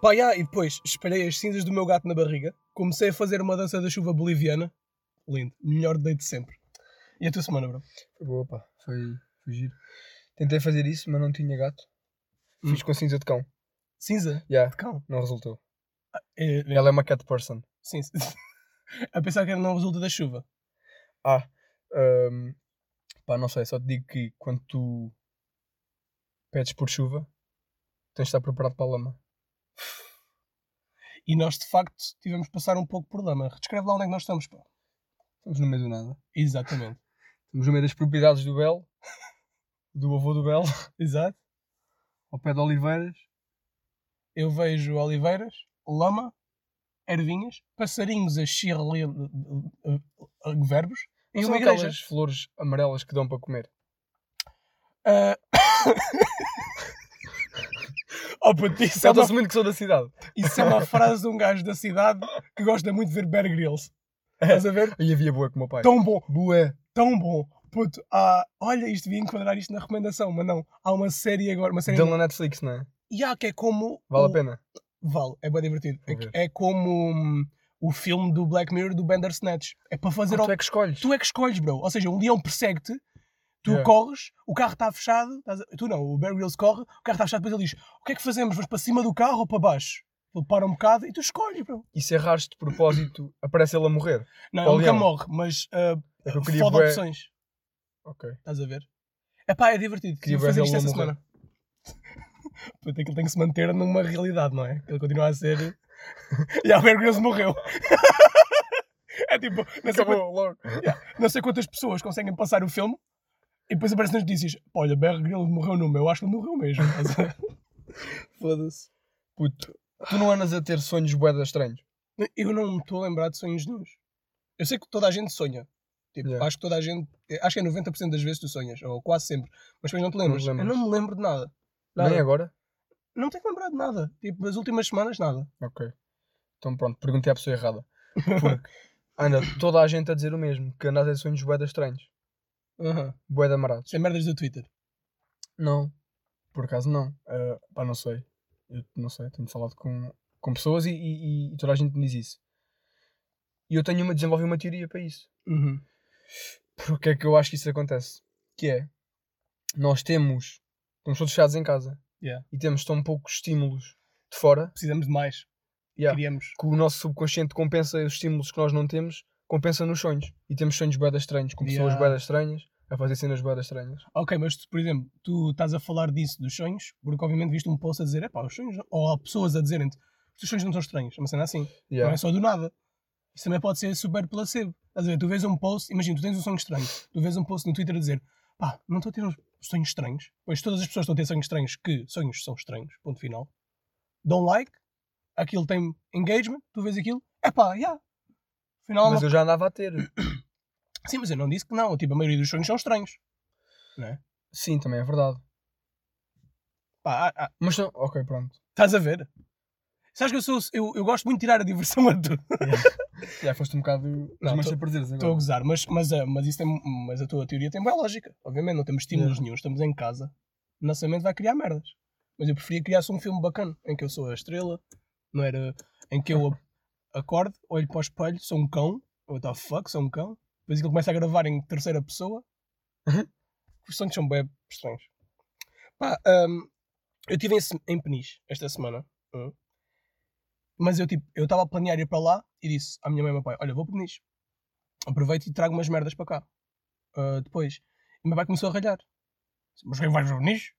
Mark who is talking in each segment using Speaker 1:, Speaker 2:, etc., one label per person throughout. Speaker 1: Pá, yeah, e depois espalhei as cinzas do meu gato na barriga, comecei a fazer uma dança da chuva boliviana. Lindo, melhor date de sempre. E a tua semana, bro?
Speaker 2: Foi boa, pá. Foi, foi giro. Tentei fazer isso, mas não tinha gato. Fiz com cinza de cão.
Speaker 1: Cinza?
Speaker 2: Yeah,
Speaker 1: Hum. De cão?
Speaker 2: não resultou.
Speaker 1: É, é,
Speaker 2: Ela é uma cat person.
Speaker 1: sim. sim. a pensar que não resulta da chuva.
Speaker 2: Ah, hum, pá, não sei. Só te digo que quando tu pedes por chuva, tens de estar preparado para a lama.
Speaker 1: E nós, de facto, tivemos de passar um pouco por lama. Descreve lá onde é que nós estamos, pá.
Speaker 2: Estamos no meio do nada.
Speaker 1: Exatamente.
Speaker 2: Estamos no meio das propriedades do Bel, do avô do Bel,
Speaker 1: Exato.
Speaker 2: ao pé de Oliveiras.
Speaker 1: Eu vejo oliveiras, lama, ervinhas, passarinhos a chirler verbos e
Speaker 2: Não
Speaker 1: uma
Speaker 2: são
Speaker 1: igreja.
Speaker 2: aquelas flores amarelas que dão para comer.
Speaker 1: Ah. oh, puto, isso, é uma,
Speaker 2: Nota-se muito que sou da cidade.
Speaker 1: isso é uma frase de um gajo da cidade que gosta muito de ver Bear Grylls. Estás a ver?
Speaker 2: Aí havia boa com o meu pai.
Speaker 1: Tão bom,
Speaker 2: Boa.
Speaker 1: tão bom. Puto, há- olha, isto devia enquadrar isto na recomendação, mas não. Há uma série agora, uma série.
Speaker 2: Dão na Netflix, não é?
Speaker 1: E há que é como.
Speaker 2: Vale
Speaker 1: o-
Speaker 2: a pena.
Speaker 1: Vale, é bem divertido.
Speaker 2: Vou ver.
Speaker 1: É, é como hum, o filme do Black Mirror do Bandersnatch. É para fazer.
Speaker 2: Ah,
Speaker 1: ao-
Speaker 2: tu é que escolhes.
Speaker 1: tu é que escolhes, bro. Ou seja, um leão persegue-te, tu
Speaker 2: Yeah.
Speaker 1: corres, o carro está fechado, estás a- tu não, o Bear Grylls corre, o carro está fechado, depois ele diz: O que é que fazemos? Vamos para cima do carro ou para baixo? Ele para um bocado e tu escolhes, bro.
Speaker 2: E se errares de propósito, aparece ele a morrer.
Speaker 1: Não,
Speaker 2: Qual
Speaker 1: ele nunca
Speaker 2: leão?
Speaker 1: morre, mas ah,
Speaker 2: É que eu queria
Speaker 1: foda
Speaker 2: bué-
Speaker 1: opções.
Speaker 2: Ok.
Speaker 1: Estás a ver? É pá, é divertido.
Speaker 2: Queria
Speaker 1: Queria
Speaker 2: bué
Speaker 1: fazer
Speaker 2: vê-lo
Speaker 1: isto
Speaker 2: a
Speaker 1: esta
Speaker 2: morrer.
Speaker 1: semana. Puta, aquilo tem que se manter numa realidade, não é? Ele continua a ser. e a Bear Grylls morreu. é tipo, não sei, quant-
Speaker 2: Acabou logo.
Speaker 1: não sei quantas pessoas conseguem passar o filme e depois aparecem nas notícias: "Pá, Olha, Bear Grylls morreu no meu, acho que ele morreu mesmo. Estás a ver? Foda-se.
Speaker 2: Puto, tu não andas a ter sonhos boedas estranhos.
Speaker 1: Eu não me estou a lembrar de sonhos nenhums. Eu sei que toda a gente sonha. Tipo,
Speaker 2: Yeah.
Speaker 1: acho que toda a gente. Acho que é 90% das vezes tu sonhas, ou quase sempre. Mas depois não te lembras.
Speaker 2: lembras.
Speaker 1: Eu não me lembro de nada. Nada.
Speaker 2: Nem agora?
Speaker 1: Não tenho lembrado de nada. Tipo, as últimas semanas, nada.
Speaker 2: Ok. Então pronto, perguntei à pessoa errada. Porque anda toda a gente a dizer o mesmo, que andas a ter sonhos boedas estranhos.
Speaker 1: Aham.
Speaker 2: Boeda amarados.
Speaker 1: Isso é merdas do Twitter.
Speaker 2: Não. Por acaso não. Ah, pá, não sei. Eu não sei, tenho falado com, com pessoas e, e- e toda a gente me diz isso. E eu tenho uma, desenvolvi uma teoria para isso.
Speaker 1: Uhum.
Speaker 2: porque é que eu acho que isso acontece? Que é, nós temos, estamos todos fechados em casa
Speaker 1: Yeah.
Speaker 2: e temos tão poucos estímulos de fora
Speaker 1: Precisamos de mais.
Speaker 2: yeah,
Speaker 1: Queríamos.
Speaker 2: que o nosso subconsciente compensa os estímulos que nós não temos, compensa nos sonhos. E temos sonhos boedas estranhos, com pessoas
Speaker 1: Yeah.
Speaker 2: boedas estranhas, a fazer cenas boedas estranhas.
Speaker 1: Ok, mas tu, por exemplo, tu estás a falar disso dos sonhos, porque obviamente viste um post a dizer, é pá, os sonhos. não-" Ou há pessoas a dizerem-te, os teus sonhos não são estranhos. É Uma cena assim. Não
Speaker 2: Yeah.
Speaker 1: é só do nada. Isso também pode ser super placebo. Estás a ver? Tu vês um post, imagina, tu tens um sonho estranho. Tu vês um post no Twitter a dizer, pá, não estou a ter uns sonhos estranhos. Pois todas as pessoas estão a ter sonhos estranhos, que sonhos são estranhos. Ponto final. Dão like, aquilo tem engagement, tu vês aquilo, é pá, já. Afinal,
Speaker 2: Mas
Speaker 1: não-
Speaker 2: eu já andava a ter.
Speaker 1: sim, mas eu não disse que não. Tipo, a maioria dos sonhos são estranhos.
Speaker 2: Sim, também é verdade.
Speaker 1: Pá, ah, ah,
Speaker 2: Mas não, ok, pronto.
Speaker 1: estás a ver? Sabes que eu sou. Eu, eu gosto muito de tirar a diversão a tudo.
Speaker 2: Já foste um bocado
Speaker 1: Não,
Speaker 2: desmancha
Speaker 1: tô-
Speaker 2: perderes
Speaker 1: Estou a
Speaker 2: agora.
Speaker 1: gozar, mas, mas, ah, mas, isso tem, mas a tua teoria tem boa lógica. Obviamente, não temos estímulos nenhum, estamos em casa. Nossa mente vai criar merdas. Mas eu preferia criar-se um filme bacana, em que eu sou a estrela, não era. em que eu a- acordo, olho para o espelho, sou um cão, what the fuck, sou um cão. Depois ele começa a gravar em terceira pessoa. Os sonhos são bem estranhos. Pá, ahm, eu estive em, Se- em Peniche esta semana. hum. Mas eu tipo, eu estava a planear ir para lá e disse à minha mãe e ao meu pai: Olha, vou para Peniche aproveito e trago umas merdas para cá. Ah, depois. E o meu pai começou a ralhar. Mas quem vais ver nicho?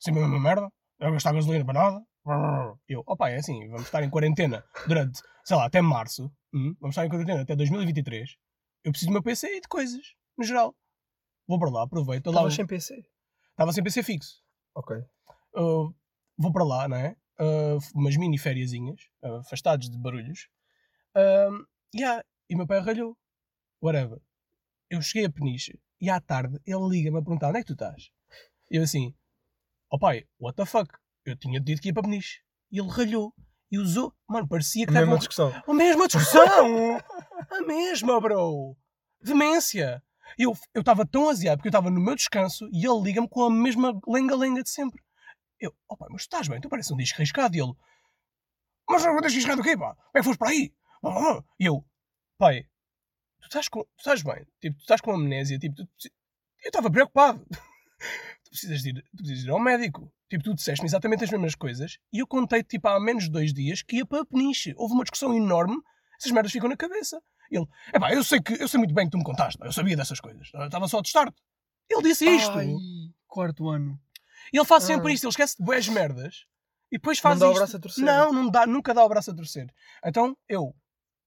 Speaker 1: Sempre a mesma é merda. Eu gastar gasolina para nada. Eu, opa, é assim, vamos estar em quarentena durante, sei lá, até março. Hum, vamos estar em quarentena até 2023. Eu preciso do meu PC e de coisas, no geral. Vou para lá, aproveito. Estava
Speaker 2: Estavas
Speaker 1: sem,
Speaker 2: sem PC.
Speaker 1: tava sem PC fixo.
Speaker 2: Ok.
Speaker 1: Uh, vou para lá, não é? Uh, umas mini fériasinhas, uh, afastados de barulhos. Um, yeah, e meu pai ralhou. Whatever. Eu cheguei a Peniche e à tarde ele liga-me a perguntar onde é que tu estás? E eu assim, ó pai, what the fuck? Eu tinha dito que ia para Peniche. E ele ralhou e usou. Mano, parecia que estava
Speaker 2: Mesma discussão.
Speaker 1: a mesma discussão! a mesma, bro! Demência! Eu eu estava tão aziado porque eu estava no meu descanso e ele liga-me com a mesma lenga-lenga de sempre. Eu, oh pá, mas tu estás bem, tu pareces um disco riscado. E ele, mas um disco riscado o quê, pá? Como é que foste para aí? Ah, ah. E eu, pai, tu estás, com, tu estás bem, tipo, tu estás com amnésia, tipo, tu- tu- eu estava preocupado. tu, precisas de ir, tu precisas de ir ao médico. Tipo, tu disseste-me exatamente as mesmas coisas e eu contei-te, tipo, há menos de dois dias que ia para a peniche. Houve uma discussão enorme, essas merdas ficam na cabeça. Ele, é pá, eu sei, que, eu sei muito bem que tu me contaste, pá, eu sabia dessas coisas, eu estava só a testar-te. Ele disse isto.
Speaker 2: Ai, quarto ano.
Speaker 1: E ele faz sempre
Speaker 2: Ah.
Speaker 1: isto, ele esquece de boas merdas e depois faz
Speaker 2: Não dá o
Speaker 1: isto.
Speaker 2: braço a torcer.
Speaker 1: Não, não dá, nunca dá o braço a torcer. Então eu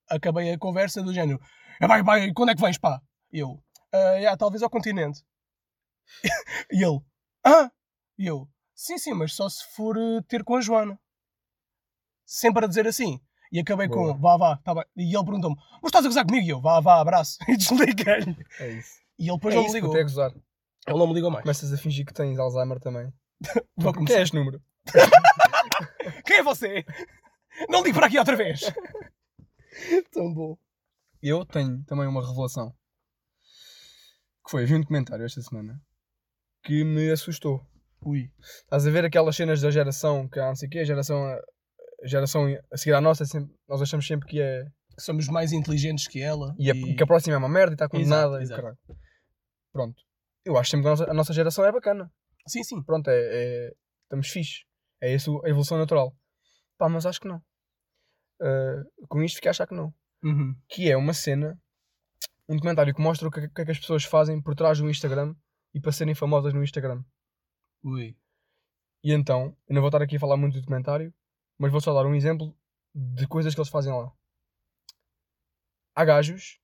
Speaker 1: acabei a conversa do género: "É vai, vai, quando é que vens, pá? E eu: "Ah, yeah, talvez ao continente. e ele: Ah! E eu: Sim, sim, mas só se for eh, ter com a Joana. Sempre a dizer assim. E acabei
Speaker 2: Boa.
Speaker 1: com: Vá, vá, tá bem. E ele perguntou-me: Mas estás a gozar comigo? E eu: Vá, vá, abraço. E desliguei-lhe.
Speaker 2: É isso.
Speaker 1: E ele depois
Speaker 2: é
Speaker 1: não
Speaker 2: isso,
Speaker 1: me ligou.
Speaker 2: puto, é gozar.
Speaker 1: Ele não me ligou mais.
Speaker 2: Começas a fingir que tens Alzheimer também.
Speaker 1: Vou
Speaker 2: Porque
Speaker 1: começar.
Speaker 2: és número.
Speaker 1: Quem é você? Não ligue para aqui outra vez! Tão bom.
Speaker 2: Eu tenho também uma revelação. Que foi, vi um documentário esta semana que me assustou.
Speaker 1: Ui.
Speaker 2: Estás a ver aquelas cenas da geração que há não sei o quê, a geração, a geração a seguir à nossa, é sempre- nós achamos sempre que é.
Speaker 1: Que somos mais inteligentes que ela.
Speaker 2: E, a- que a próxima é uma merda e está condenada. e
Speaker 1: Exato,
Speaker 2: caralho. Pronto. Eu acho sempre que a nossa, a nossa geração é bacana.
Speaker 1: Sim, sim.
Speaker 2: Pronto, é, é- estamos fixe. É isso a evolução natural. Pá, mas acho que não. Ah, com isto fiquei a achar que não.
Speaker 1: Uhum.
Speaker 2: que é uma cena, um documentário que mostra o que, o que é que as pessoas fazem por trás do Instagram e para serem famosas no Instagram.
Speaker 1: Ui.
Speaker 2: E então, eu não vou estar aqui a falar muito do documentário, mas vou só dar um exemplo de coisas que eles fazem lá. Há gajos,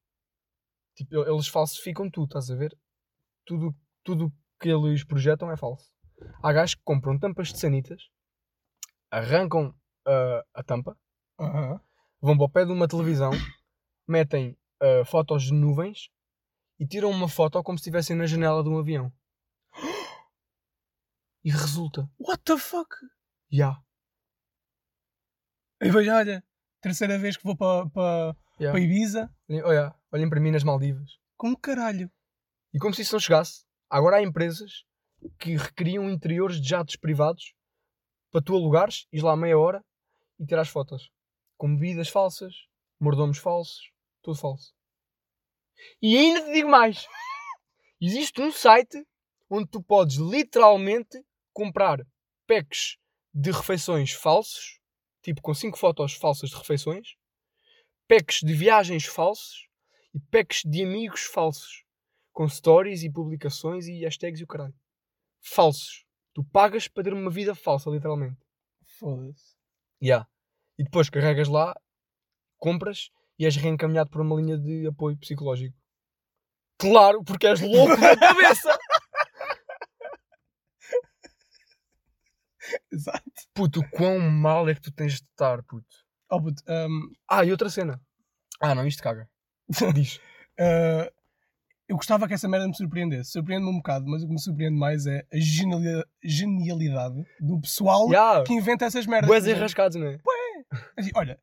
Speaker 2: tipo, el- eles falsificam tudo, estás a ver? Tudo tudo que eles projetam é falso. Há gajos que compram tampas de sanitas, arrancam ah, a tampa,
Speaker 1: Aham.
Speaker 2: vão para o pé de uma televisão, metem ah, fotos de nuvens e tiram uma foto como se estivessem na janela de um avião. E resulta,
Speaker 1: What the fuck?
Speaker 2: já.
Speaker 1: E veja, olha, terceira vez que vou para pa,
Speaker 2: Yeah.
Speaker 1: pa Ibiza.
Speaker 2: Olhem- Olha, olhem para mim nas Maldivas.
Speaker 1: Como caralho?
Speaker 2: E como se isso não chegasse, agora há empresas que recriam interiores de jatos privados para tu alugares, ires lá meia hora e tirar as fotos. Com bebidas falsas, mordomos falsos, tudo falso. E ainda te digo mais: existe um site onde tu podes literalmente comprar packs de refeições falsos, tipo com 5 fotos falsas de refeições, packs de viagens falsos e packs de amigos falsos com stories e publicações e hashtags e o caralho. Falsos. Tu pagas para ter uma vida falsa, literalmente.
Speaker 1: Foda-se.
Speaker 2: Yeah. E depois carregas lá, compras e és reencaminhado por uma linha de apoio psicológico. Claro, porque és louco da cabeça!
Speaker 1: Exato.
Speaker 2: Puto, o quão mal é que tu tens de estar, puto.
Speaker 1: Oh, puto, hum,
Speaker 2: Ah, e outra cena. Ah, não, isto caga. Diz.
Speaker 1: ah, eu gostava que essa merda me surpreendesse. Surpreende-me um bocado, mas o que me surpreende mais é a geniali- genialidade do pessoal
Speaker 2: Ya!
Speaker 1: que inventa essas merdas.
Speaker 2: Boas
Speaker 1: Por exemplo,
Speaker 2: enrascados, não é?
Speaker 1: assim, Olha,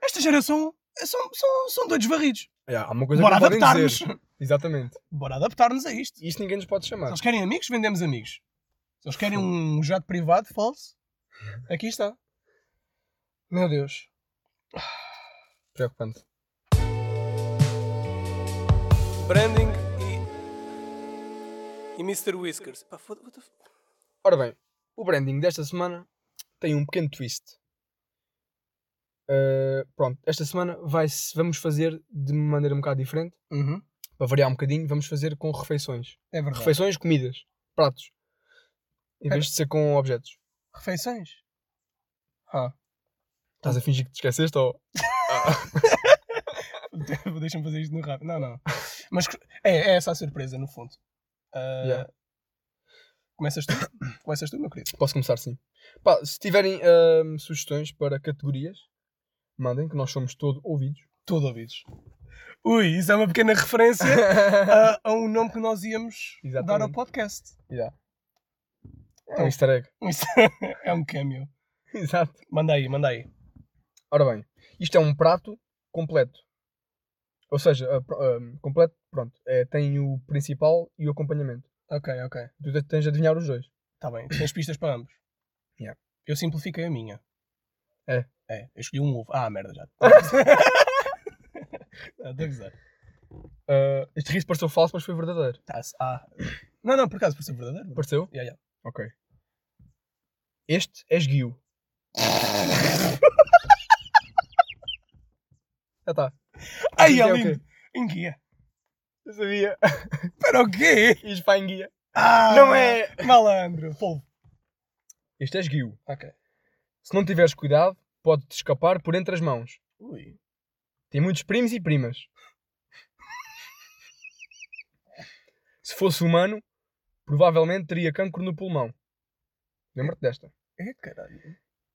Speaker 1: esta geração são, são, são doidos varridos.
Speaker 2: Yeah, há uma coisa
Speaker 1: Bora
Speaker 2: que não é, podem
Speaker 1: adaptar-nos.
Speaker 2: dizer. Exatamente.
Speaker 1: Bora adaptar-nos a isto.
Speaker 2: Isto ninguém nos pode
Speaker 1: Se
Speaker 2: chamar.
Speaker 1: eles querem amigos, vendemos amigos. Se eles querem um jato privado, falso, aqui está. Meu Deus.
Speaker 2: Preocupante.
Speaker 1: Branding e. e Mr. Whiskers. Pá, foda
Speaker 2: Ora bem, o branding desta semana tem um pequeno twist. Uh, pronto, esta semana vai vamos fazer de uma maneira um bocado diferente,
Speaker 1: Uhum.
Speaker 2: para variar um bocadinho, vamos fazer com refeições.
Speaker 1: É verdade.
Speaker 2: Refeições, comidas, pratos. Em vez de ser com objetos.
Speaker 1: Refeições? Ah.
Speaker 2: Estás a fingir que te esqueceste ou.
Speaker 1: Deixa-me fazer isto no rápido. Não, não. Mas é, é essa a surpresa, no fundo. Ah,
Speaker 2: Yeah.
Speaker 1: Começas tu? Começas tu, meu querido?
Speaker 2: Posso começar sim. Pá, se tiverem ahm, sugestões para categorias, mandem, que nós somos todo ouvidos.
Speaker 1: Tudo ouvidos. Ui, isso é uma pequena referência a, a um nome que nós íamos dar ao
Speaker 2: Exatamente.
Speaker 1: podcast.
Speaker 2: yeah. É um easter egg.
Speaker 1: Isso é um cameo.
Speaker 2: Exato.
Speaker 1: Manda aí, manda aí.
Speaker 2: Ora bem, isto é um prato completo. Ou seja, a pro- ahm, completo, pronto. É, tem o principal e o acompanhamento.
Speaker 1: Ok, ok.
Speaker 2: Tu te- tens de adivinhar os dois.
Speaker 1: Está bem. Tá Tens pistas para ambos.
Speaker 2: Yeah.
Speaker 1: Eu simplifiquei a minha.
Speaker 2: É?
Speaker 1: É. Eu escolhi um ovo. Ah, merda, já. Não, estou a gozar.
Speaker 2: Ah, este riso pareceu falso, mas foi verdadeiro.
Speaker 1: Tá-se- Ah. Não, não, por acaso, por ser verdadeiro.
Speaker 2: Pareceu?
Speaker 1: Hum. Yeah, yeah.
Speaker 2: Ok. Este é esguio. Já está.
Speaker 1: Ai, é
Speaker 2: é o
Speaker 1: lindo. Enguia.
Speaker 2: Eu sabia.
Speaker 1: Para o quê?
Speaker 2: Isto vai em guia.
Speaker 1: Ah,
Speaker 2: Não é.
Speaker 1: Malandro. Polvo.
Speaker 2: Este é esguio.
Speaker 1: Ok.
Speaker 2: Se não tiveres cuidado, pode-te escapar por entre as mãos.
Speaker 1: Ui.
Speaker 2: Tem muitos primos e primas. Se fosse humano, provavelmente teria cancro no pulmão. Lembra-te desta.
Speaker 1: É, caralho.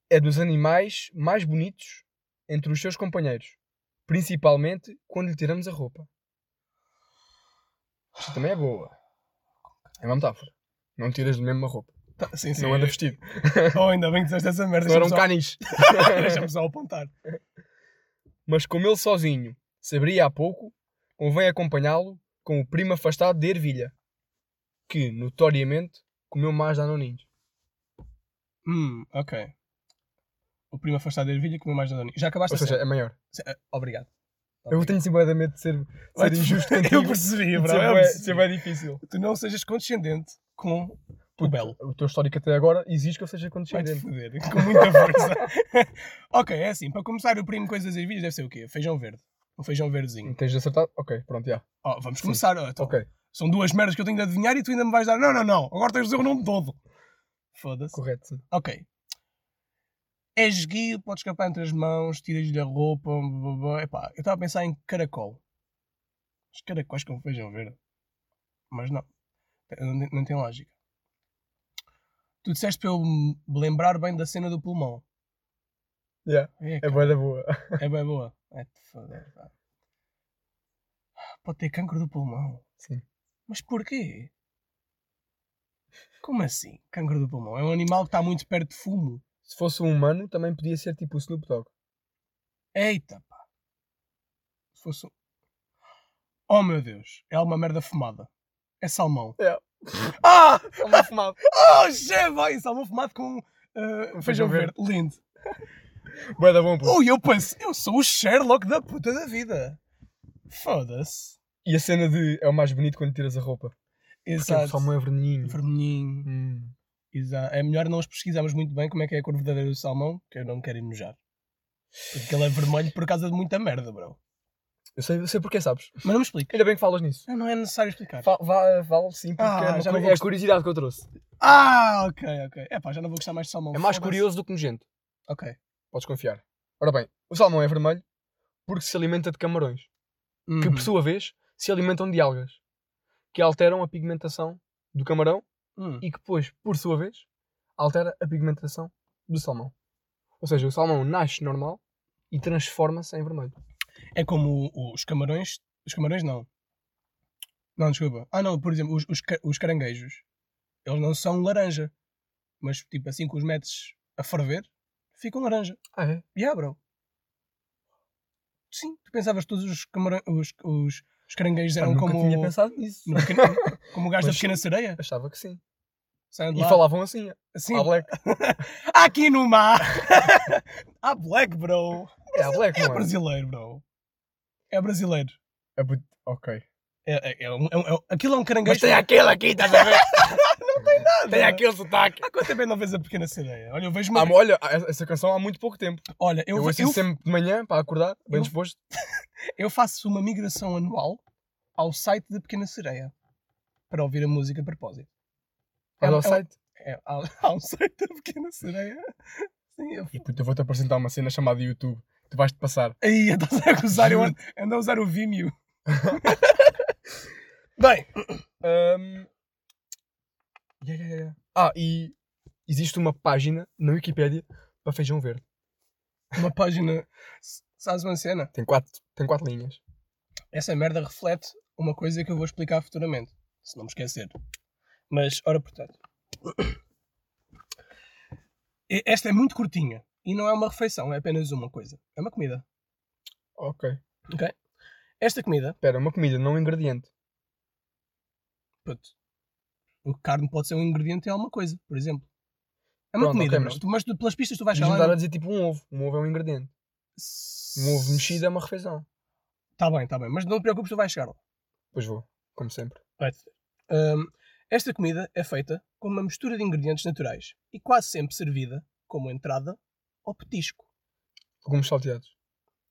Speaker 2: É dos animais mais bonitos entre os seus companheiros. Principalmente quando lhe tiramos a roupa. Isto também é boa. É uma metáfora. Não tiras do mesmo a roupa.
Speaker 1: Tá, sim, sim.
Speaker 2: Não anda vestido.
Speaker 1: Oh, ainda bem que disseste essa merda.
Speaker 2: Não era um
Speaker 1: Deixa-me
Speaker 2: caniche.
Speaker 1: só- Deixa-me só apontar.
Speaker 2: Mas como ele sozinho sabia há pouco, convém acompanhá-lo com o primo afastado de ervilha, que, notoriamente, comeu mais danoninhos.
Speaker 1: Hum, ok. O primo afastado da ervilha comeu mais danoninho. Já acabaste
Speaker 2: Ou
Speaker 1: a
Speaker 2: seja,
Speaker 1: cena?
Speaker 2: é maior.
Speaker 1: Se- ah, Obrigado.
Speaker 2: Eu tenho simplesmente medo de ser, de ser
Speaker 1: Vai-te-
Speaker 2: injusto
Speaker 1: Eu
Speaker 2: contigo.
Speaker 1: percebi,
Speaker 2: de
Speaker 1: bro.
Speaker 2: ser
Speaker 1: eu
Speaker 2: bué- de
Speaker 1: percebi.
Speaker 2: ser bem difícil.
Speaker 1: Tu não sejas condescendente com o belo.
Speaker 2: O teu histórico até agora exige que eu seja
Speaker 1: Vai-te
Speaker 2: condescendente.
Speaker 1: foder, com muita força. ok, é assim. Para começar, o primo coisas ervilhas deve ser o quê? Feijão verde. Um feijão verdezinho.
Speaker 2: Tens de acertar? Ok, pronto, já.
Speaker 1: Oh, vamos
Speaker 2: Hum. Sim.
Speaker 1: começar. oh, então.
Speaker 2: Ok,
Speaker 1: São duas merdas que eu tenho de adivinhar e tu ainda me vais dar. Não, não, não. Agora tens de dizer o nome todo. Foda-se.
Speaker 2: correto. sim.
Speaker 1: Ok. És guio, podes escapar entre as mãos, tiras-lhe a roupa. blá, blá, blá. Epá, eu estava a pensar em caracol. Os caracóis com feijão verde. Mas não. Não, tem- não tem lógica. Tu disseste para eu me lembrar bem da cena do pulmão.
Speaker 2: Yeah,
Speaker 1: É,
Speaker 2: É boa da boa.
Speaker 1: é bem boa. É de foder, pá. Pode ter cancro do pulmão.
Speaker 2: Sim.
Speaker 1: Mas porquê? Como assim? Cancro do pulmão? É um animal que está muito perto de fumo.
Speaker 2: Se fosse um humano, também podia ser tipo o Snoop Dogg.
Speaker 1: Eita pá. Se fosse. um- Oh meu Deus, é uma merda fumada. É salmão.
Speaker 2: É.
Speaker 1: Ah!
Speaker 2: É uma fumada.
Speaker 1: Oh, cheva! E salmão fumado com eh,
Speaker 2: Com
Speaker 1: feijão
Speaker 2: feijão
Speaker 1: verde. Lindo.
Speaker 2: Boa da bom, pô.
Speaker 1: Ui, eu penso, eu sou o Sherlock da puta da vida. Foda-se.
Speaker 2: E a cena de é o mais bonito quando tiras a roupa. Porque o
Speaker 1: Exato.
Speaker 2: salmão é vermelhinho.
Speaker 1: Vermelhinho.
Speaker 2: Hum.
Speaker 1: Exato. É melhor não os pesquisarmos muito bem como é que é a cor verdadeira do salmão, que eu não me quero enojar. Porque ele é vermelho por causa de muita merda, bro.
Speaker 2: Eu sei, eu sei porque sabes.
Speaker 1: Mas não me explica.
Speaker 2: Ainda bem que falas nisso.
Speaker 1: Não é necessário explicar.
Speaker 2: Fa- vá- Fala sim, porque
Speaker 1: Ah,
Speaker 2: é, uma
Speaker 1: já
Speaker 2: cu-
Speaker 1: não vou
Speaker 2: é a
Speaker 1: gostar.
Speaker 2: curiosidade que eu trouxe.
Speaker 1: Ah, ok, ok. É pá, já não vou gostar mais de salmão.
Speaker 2: É mais
Speaker 1: Foda-se.
Speaker 2: curioso do que nojento.
Speaker 1: Ok.
Speaker 2: Podes confiar. Ora bem, o salmão é vermelho porque se alimenta de camarões, que
Speaker 1: Uhum.
Speaker 2: por sua vez se alimentam de algas, que alteram a pigmentação do camarão
Speaker 1: Hum.
Speaker 2: e que depois, por sua vez, altera a pigmentação do salmão. Ou seja, o salmão nasce normal e transforma-se em vermelho.
Speaker 1: É como o- o- os camarões. Os camarões não. Não, desculpa. Ah, não, por exemplo, os, os, ca- os caranguejos. Eles não são laranja. Mas tipo assim, que os metes a ferver, ficam laranja.
Speaker 2: Ah, é?
Speaker 1: Yeah, bro. Sim, tu pensavas que todos os, camarões, os, os, os caranguejos
Speaker 2: Pá,
Speaker 1: eram
Speaker 2: nunca
Speaker 1: como.
Speaker 2: tinha pensado nisso.
Speaker 1: no pequeno- como o gajo da
Speaker 2: Mas-
Speaker 1: pequena sereia.
Speaker 2: Achava que sim.
Speaker 1: Saem de
Speaker 2: E
Speaker 1: lá.
Speaker 2: falavam assim,
Speaker 1: Assim,
Speaker 2: à black.
Speaker 1: aqui no mar. ah, black, bro.
Speaker 2: É à black,
Speaker 1: É
Speaker 2: não é?
Speaker 1: brasileiro, bro. É brasileiro.
Speaker 2: É bu- Ok.
Speaker 1: É, é- é um- é um- é um- aquilo é um caranguejo.
Speaker 2: Mas tipo tem aquele aqui, estás a ver?
Speaker 1: nada.
Speaker 2: Tem aquele sotaque.
Speaker 1: Há quanto tempo é que não vês a pequena sereia? Olha, eu vejo uma.
Speaker 2: Ah, olha, essa canção há muito pouco tempo.
Speaker 1: Olha, eu,
Speaker 2: Eu,
Speaker 1: eu,
Speaker 2: ouço isso sempre de manhã para acordar, bem
Speaker 1: eu-
Speaker 2: disposto.
Speaker 1: eu faço uma migração anual ao site da Pequena Sereia para ouvir a música a propósito. É-
Speaker 2: Olha
Speaker 1: é-
Speaker 2: ao site.
Speaker 1: É, há, há um site da Pequena Sereia. Sim, eu.
Speaker 2: E puto, eu vou-te apresentar uma cena chamada YouTube. Tu vais-te passar.
Speaker 1: Aí, eu estou a usar, um, eu ando, ando a usar o Vimeo. Bem,
Speaker 2: Ahm, yeah, yeah, yeah. Ah, e existe uma página na Wikipédia para feijão verde.
Speaker 1: uma página. Sabes uma cena?
Speaker 2: Tem quatro, tem quatro linhas.
Speaker 1: essa merda reflete uma coisa que eu vou explicar futuramente, se não me esquecer. Mas, ora, portanto. E- Esta é muito curtinha e não é uma refeição, é apenas uma coisa. É uma comida.
Speaker 2: Ok.
Speaker 1: Esta comida,
Speaker 2: Espera, uma comida, não um ingrediente.
Speaker 1: puto, o carne pode ser um ingrediente em alguma coisa, por exemplo. É uma
Speaker 2: Pronto,
Speaker 1: comida,
Speaker 2: ok,
Speaker 1: mas,
Speaker 2: mas-
Speaker 1: tu, mas tu- pelas pistas tu vais
Speaker 2: Mas não estar a
Speaker 1: falar.
Speaker 2: dizer tipo um ovo. Um ovo é um ingrediente. Um ovo mexido é uma refeição.
Speaker 1: Está Tá bem, está bem, mas não te preocupes, tu vais chegar lá.
Speaker 2: Pois vou, como sempre.
Speaker 1: Vai-te ver. Hum, esta comida é feita com uma mistura de ingredientes naturais e quase sempre servida como entrada ou petisco.
Speaker 2: Legumes salteados.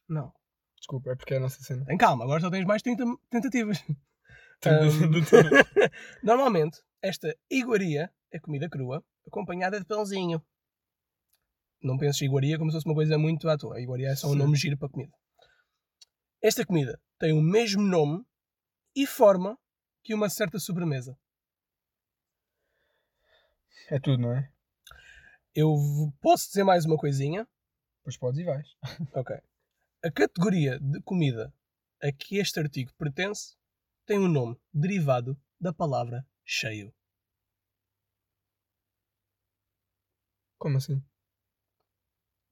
Speaker 1: Não.
Speaker 2: Desculpa, é porque é a nossa cena.
Speaker 1: Tem calma, agora só tens mais 30 tentativas.
Speaker 2: Hum.
Speaker 1: Normalmente, esta iguaria é comida crua, acompanhada de pãozinho. Não penses iguaria como se fosse uma coisa muito à toa. A iguaria é só um
Speaker 2: Sim.
Speaker 1: nome giro para comida. Esta comida tem o mesmo nome e forma que uma certa sobremesa.
Speaker 2: é tudo, não é?
Speaker 1: Eu v- posso dizer mais uma coisinha.
Speaker 2: Pois podes e vais.
Speaker 1: Ok. A categoria de comida a que este artigo pertence tem um nome derivado da palavra cheio.
Speaker 2: Como assim?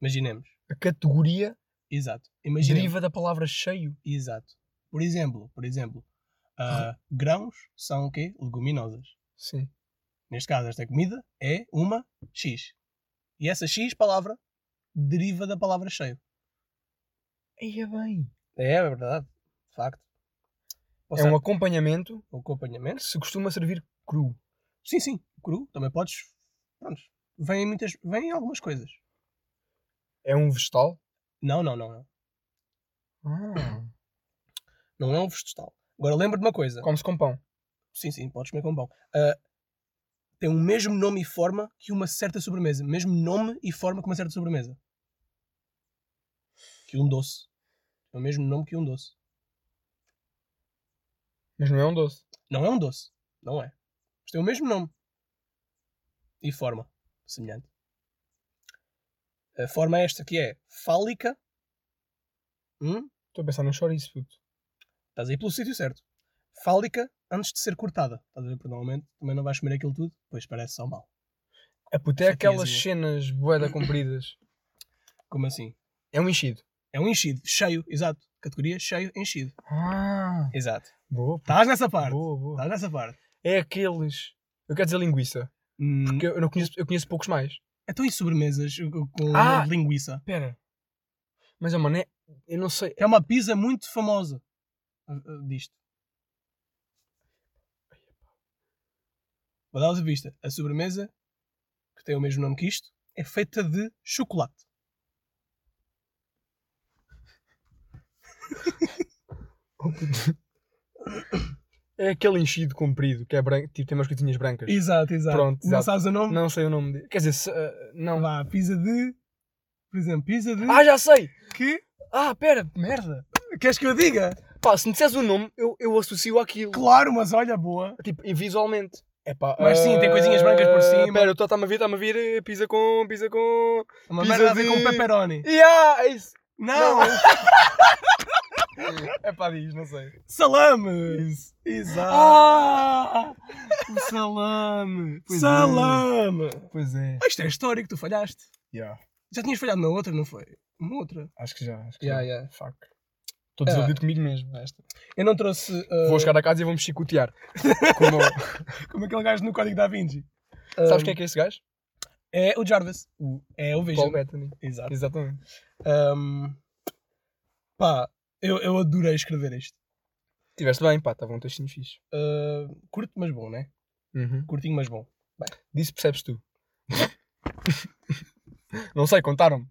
Speaker 1: Imaginemos.
Speaker 2: A categoria
Speaker 1: Exato. Imaginemos.
Speaker 2: deriva da palavra cheio.
Speaker 1: Exato. Por exemplo, por exemplo, ah, grãos são o quê? Leguminosas.
Speaker 2: Sim.
Speaker 1: Neste caso, esta comida é uma X. E essa X palavra deriva da palavra cheio.
Speaker 2: Aí é bem.
Speaker 1: É, é verdade. De facto. Ou
Speaker 2: É um acompanhamento
Speaker 1: um
Speaker 2: que
Speaker 1: acompanhamento.
Speaker 2: se costuma servir cru.
Speaker 1: Sim, sim. Cru. Também podes... Pronto. Vêm muitas... Vêm algumas coisas.
Speaker 2: É um vegetal.
Speaker 1: Não, não, não. Não,
Speaker 2: Ah.
Speaker 1: não é um vegetal. Agora, lembra-te uma coisa.
Speaker 2: Come-se com pão.
Speaker 1: Sim, sim. Podes comer com pão. Ah, tem o mesmo nome e forma que uma certa sobremesa. Mesmo nome e forma que uma certa sobremesa. Que um doce. É o mesmo nome que um doce.
Speaker 2: Mas não é um doce.
Speaker 1: Não é um doce. Não é. Mas tem o mesmo nome. E forma. Semelhante. A forma é esta que é fálica. Hum?
Speaker 2: Estou a pensar num chouriço, puto.
Speaker 1: Estás aí pelo sítio certo. Fálica antes de ser cortada. Estás a ver? Porque normalmente também não vais comer aquilo tudo. Pois parece só mal.
Speaker 2: É puto, é aquelas
Speaker 1: Fatiazinha.
Speaker 2: cenas boeda compridas.
Speaker 1: Como assim?
Speaker 2: É um enchido.
Speaker 1: É um enchido. Cheio. Exato. Categoria cheio, enchido.
Speaker 2: Ah.
Speaker 1: Exato.
Speaker 2: Boa, puto.
Speaker 1: Estás nessa parte.
Speaker 2: Boa, boa.
Speaker 1: Estás nessa parte.
Speaker 2: É aqueles. Eu quero dizer linguiça.
Speaker 1: Hum,
Speaker 2: Porque eu, não conheço, eu conheço poucos mais.
Speaker 1: Então e sobremesas com com
Speaker 2: Ah!
Speaker 1: linguiça?
Speaker 2: Pera. Mas, oh, mano, é, eu não sei.
Speaker 1: É uma pizza muito famosa. ah, ah, Disto. Vou dar outra vista. A sobremesa, que tem o mesmo nome que isto, é feita de chocolate.
Speaker 2: Oh, puto. É aquele enchido comprido que é branco, tipo, tem umas coisinhas brancas.
Speaker 1: Exato, exato.
Speaker 2: Pronto,
Speaker 1: não
Speaker 2: exato.
Speaker 1: sabes o nome?
Speaker 2: Não sei o nome dele. Quer dizer, se, ah, não.
Speaker 1: Vá, pizza de. Por exemplo, pizza de.
Speaker 2: Ah, já sei!
Speaker 1: que?
Speaker 2: Ah, pera, merda!
Speaker 1: Queres que eu diga?
Speaker 2: Pá, se me disseres o nome, eu, eu associo àquilo.
Speaker 1: Claro, mas olha, boa.
Speaker 2: Tipo, e visualmente. É pá,
Speaker 1: Mas sim, tem coisinhas brancas por cima.
Speaker 2: Pera, está-me a vir, está-me a vir eh, pizza com. pizza com.
Speaker 1: Uma
Speaker 2: Pizza
Speaker 1: merda a ver
Speaker 2: de-
Speaker 1: com pepperoni.
Speaker 2: Yeah, é isso!
Speaker 1: Não!
Speaker 2: É pá, diz, não sei.
Speaker 1: Salame! Exato!
Speaker 2: Ah! O salame! Pois é.
Speaker 1: Salame!
Speaker 2: Pois é.
Speaker 1: Ah, Isto é histórico, tu falhaste.
Speaker 2: Yeah,
Speaker 1: Já tinhas falhado na outra, não foi? Uma outra.
Speaker 2: acho que já. Acho que
Speaker 1: Yeah,
Speaker 2: já.
Speaker 1: yeah.
Speaker 2: Fuck. Estou
Speaker 1: Ah.
Speaker 2: desiludido comigo mesmo. Esta.
Speaker 1: Eu não trouxe. uh,
Speaker 2: Vou chegar a casa e vou-me chicotear. Como...
Speaker 1: Como aquele gajo no código da Vinci.
Speaker 2: Sabes quem é que é esse gajo?
Speaker 1: é? É o Jarvis. É o Vision.
Speaker 2: Paul Bettany.
Speaker 1: Exato.
Speaker 2: Ah. Exatamente.
Speaker 1: Um, pá, eu, eu adorei escrever isto.
Speaker 2: Tiveste bem, pá, estava um textinho fixe.
Speaker 1: Uh, curto, mas bom, né?
Speaker 2: Uhum.
Speaker 1: Curtinho, mas bom.
Speaker 2: Disso percebes tu. não sei, contaram-me.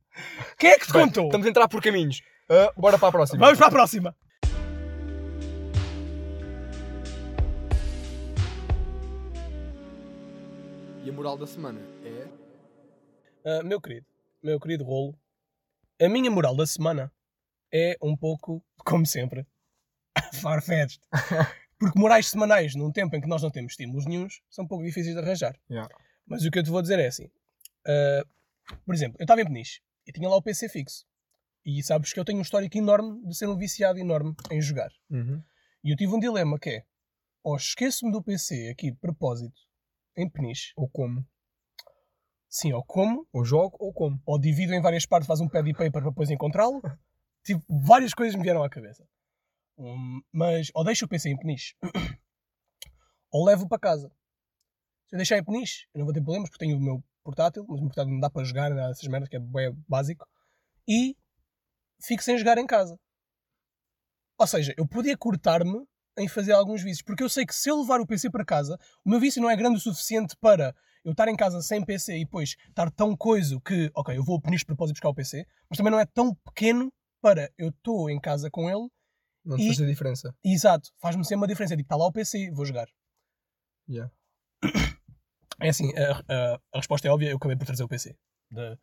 Speaker 1: Quem é que te
Speaker 2: Bem,
Speaker 1: contou?
Speaker 2: Estamos a entrar por caminhos. Ah, bora para a próxima.
Speaker 1: Vamos para a próxima.
Speaker 2: E a moral da semana é.
Speaker 1: Uh, meu querido, meu querido rolo, a minha moral da semana é um pouco, como sempre, farfetched. Porque morais semanais, num tempo em que nós não temos estímulos nenhuns, são um pouco difíceis de arranjar.
Speaker 2: Yeah.
Speaker 1: Mas o que eu te vou dizer é assim. uh, por exemplo, eu estava em Peniche e tinha lá o PC fixo. E sabes que eu tenho um histórico enorme de ser um viciado enorme em jogar.
Speaker 2: Uhum.
Speaker 1: E eu tive um dilema que é, ou esqueço-me do PC aqui, de propósito, em Peniche,
Speaker 2: Ou como.
Speaker 1: sim, ou como,
Speaker 2: Ou jogo ou como.
Speaker 1: ou divido em várias partes, faz um pad e paper para depois encontrá-lo. Tipo, várias coisas me vieram à cabeça. Hum, mas, ou deixo o PC em peniche, ou levo para casa. Se eu deixar em peniche, eu não vou ter problemas, porque tenho o meu portátil, mas um portátil não dá para jogar, nada dessas merdas, que é bué básico, e fico sem jogar em casa. Ou seja, eu podia cortar-me em fazer alguns vícios, porque eu sei que se eu levar o PC para casa, o meu vício não é grande o suficiente para eu estar em casa sem PC e depois estar tão coiso que, ok, eu vou para nisto de propósito buscar o PC, mas também não é tão pequeno para eu estou em casa com ele
Speaker 2: Não te
Speaker 1: E-
Speaker 2: faz a diferença.
Speaker 1: e, exato, faz-me sempre uma diferença. É tipo, está lá o PC, vou jogar.
Speaker 2: Yeah.
Speaker 1: É assim, a, a- a resposta é óbvia, eu acabei por trazer o PC. Da-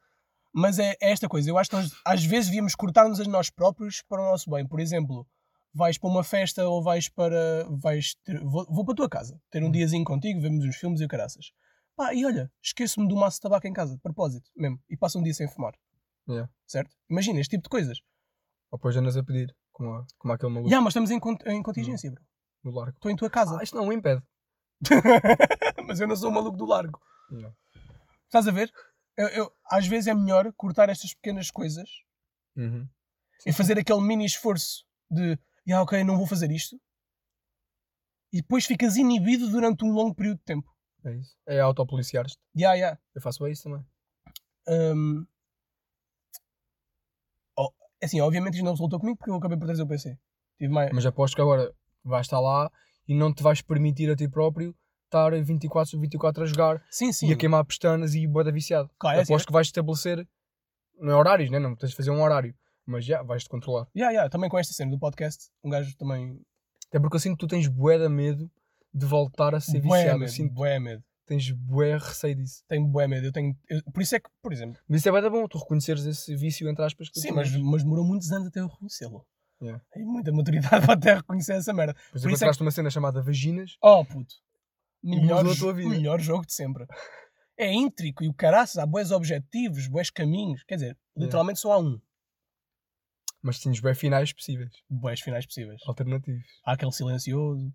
Speaker 1: Mas é, é esta coisa, eu acho que nós às vezes devíamos cortar-nos a nós próprios para o nosso bem. Por exemplo, vais para uma festa ou vais para. Vais ter- vou, vou para a tua casa, ter um
Speaker 2: Hum.
Speaker 1: diazinho contigo, vemos uns filmes e o caraças. Pá, e olha, esqueço-me do maço de tabaco em casa, de propósito, mesmo, e passo um dia sem fumar.
Speaker 2: Yeah.
Speaker 1: Certo? Imagina este tipo de coisas.
Speaker 2: Ou depois andas a pedir, como, a- como aquele maluco
Speaker 1: Já, mas estamos em, con- em contingência,
Speaker 2: Hum.
Speaker 1: bro.
Speaker 2: no largo.
Speaker 1: Estou em tua casa.
Speaker 2: Ah, isto não o impede.
Speaker 1: mas eu não sou o maluco do largo.
Speaker 2: Yeah.
Speaker 1: Estás a ver? Eu, eu- às vezes é melhor cortar estas pequenas coisas
Speaker 2: Uhum.
Speaker 1: e fazer aquele mini esforço de ah, ok, não vou fazer isto. E depois ficas inibido durante um longo período de tempo.
Speaker 2: É isso. É autopoliciar-te.
Speaker 1: Ya, ya.
Speaker 2: Eu faço isso também.
Speaker 1: Hum. Oh, assim, obviamente isto não resultou comigo porque eu acabei por trazer o PC. Tive mais.
Speaker 2: Mas aposto que agora vais estar lá e não te vais permitir a ti próprio estar 24 sobre 24 a jogar
Speaker 1: Sim, sim.
Speaker 2: e a queimar pestanas e boda viciado.
Speaker 1: Claro, é assim,
Speaker 2: aposto que vais estabelecer. Não é horários, né? não tens de fazer um horário. Mas já, vais-te controlar.
Speaker 1: Ya, ya, Também com esta cena do podcast, um gajo também.
Speaker 2: Até porque eu sinto que tu tens bué de medo de voltar a ser
Speaker 1: Bué
Speaker 2: viciado. Eu
Speaker 1: medo,
Speaker 2: sinto que
Speaker 1: bué medo.
Speaker 2: tens bué receio disso.
Speaker 1: Tenho bué medo. Eu tenho... eu- Por isso é que, por exemplo.
Speaker 2: Mas isso é bué da bom, tu reconheceres esse vício, entre aspas, que tu
Speaker 1: Sim, mas,
Speaker 2: tens.
Speaker 1: mas demorou muitos anos até eu reconhecê-lo.
Speaker 2: Yeah.
Speaker 1: Tem muita maturidade para até reconhecer essa merda.
Speaker 2: Por
Speaker 1: por
Speaker 2: exemplo,
Speaker 1: isso é que-
Speaker 2: encontraste uma cena chamada Vaginas.
Speaker 1: Oh, puto. Melhor,
Speaker 2: mudou a
Speaker 1: jo-
Speaker 2: tua vida.
Speaker 1: melhor jogo de sempre. É íntrico e o caraças, há boés objetivos, boés caminhos. Quer dizer, literalmente só há um.
Speaker 2: Mas tens bué finais possíveis,
Speaker 1: Boés finais possíveis.
Speaker 2: alternativos.
Speaker 1: Há aquele silencioso.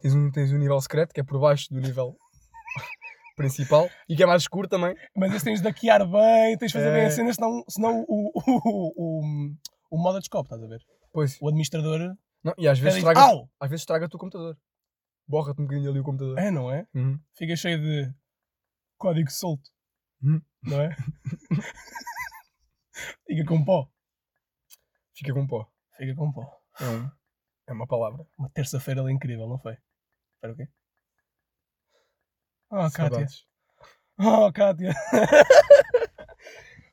Speaker 2: Tens um, tens um nível secreto, que é por baixo do nível principal, e que é mais escuro também.
Speaker 1: Mas esse tens de daquear bem, tens de fazer bem
Speaker 2: É.
Speaker 1: a cena, senão, senão o, o, o, o, o modo descobre, estás a ver?
Speaker 2: Pois.
Speaker 1: O administrador.
Speaker 2: Não, e às
Speaker 1: Diz,
Speaker 2: vezes estraga
Speaker 1: Au!
Speaker 2: às vezes estraga-te o computador. Borra-te um bocadinho ali o computador.
Speaker 1: É, não é?
Speaker 2: Uhum.
Speaker 1: Fica cheio de código solto.
Speaker 2: Hum.
Speaker 1: Não é? Fica com pó.
Speaker 2: Fica com pó.
Speaker 1: Fica com pó.
Speaker 2: É, um- é uma palavra.
Speaker 1: Uma terça-feira ali incrível, não foi? Espera o quê? Oh, Kátia.
Speaker 2: Saudades.
Speaker 1: Oh, Kátia.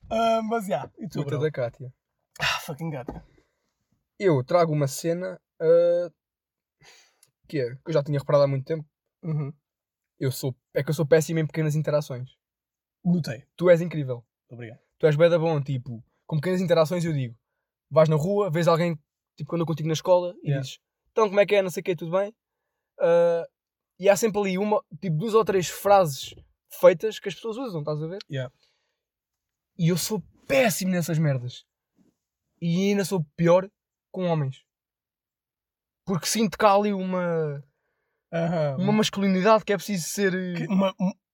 Speaker 1: Ah, mas já, e tu,
Speaker 2: Puta
Speaker 1: bro?
Speaker 2: da Cátia.
Speaker 1: Ah, fucking Kátia.
Speaker 2: Eu trago uma cena ah, que, é, que eu já tinha reparado há muito tempo.
Speaker 1: Uhum.
Speaker 2: Eu sou, é que eu sou péssimo em pequenas interações.
Speaker 1: Notei.
Speaker 2: Tu és incrível.
Speaker 1: Obrigado.
Speaker 2: tu és bué da bom, tipo, com pequenas interações eu digo, vais na rua, vês alguém, tipo, quando eu contigo na escola e
Speaker 1: Yeah.
Speaker 2: dizes, então como é que é, não sei o quê, tudo bem? Ah, e há sempre ali uma, tipo, duas ou três frases feitas que as pessoas usam, estás a ver?
Speaker 1: Yeah.
Speaker 2: E eu sou péssimo nessas merdas. E ainda sou pior com homens. Porque sinto cá ali uma,
Speaker 1: Aham.
Speaker 2: uma masculinidade que é preciso ser.
Speaker 1: Uhum. Que- Uma,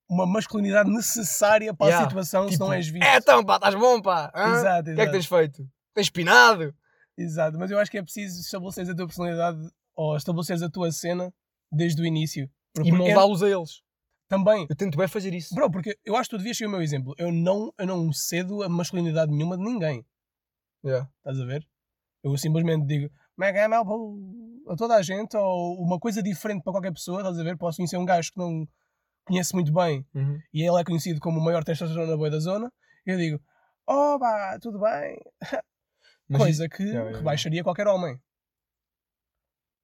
Speaker 1: uma masculinidade necessária para a
Speaker 2: Yeah.
Speaker 1: situação, se
Speaker 2: Tipo,
Speaker 1: não és visto.
Speaker 2: É então, pá, estás bom, pá! hã?
Speaker 1: Exato,
Speaker 2: O que é que
Speaker 1: exato.
Speaker 2: tens feito? Tens pinado?
Speaker 1: Exato, mas eu acho que é preciso estabeleceres a tua personalidade ou estabeleceres a tua cena desde o início. Porque
Speaker 2: E
Speaker 1: eu-
Speaker 2: moldá-los a eles.
Speaker 1: também.
Speaker 2: É. Eu tento bem fazer isso.
Speaker 1: Bro, porque eu acho que tu devias ser o meu exemplo. Eu não, eu não cedo a masculinidade nenhuma de ninguém.
Speaker 2: Yeah.
Speaker 1: Estás a ver? Eu simplesmente digo "Magamel, bo", a toda a gente ou uma coisa diferente para qualquer pessoa. Estás a ver? Posso conhecer um gajo que não conhece muito bem
Speaker 2: Uhum.
Speaker 1: e ele é conhecido como o maior testosterona boa da zona. Eu digo, oh, pá, tudo bem.
Speaker 2: Mas
Speaker 1: coisa que
Speaker 2: yeah, yeah,
Speaker 1: rebaixaria qualquer homem.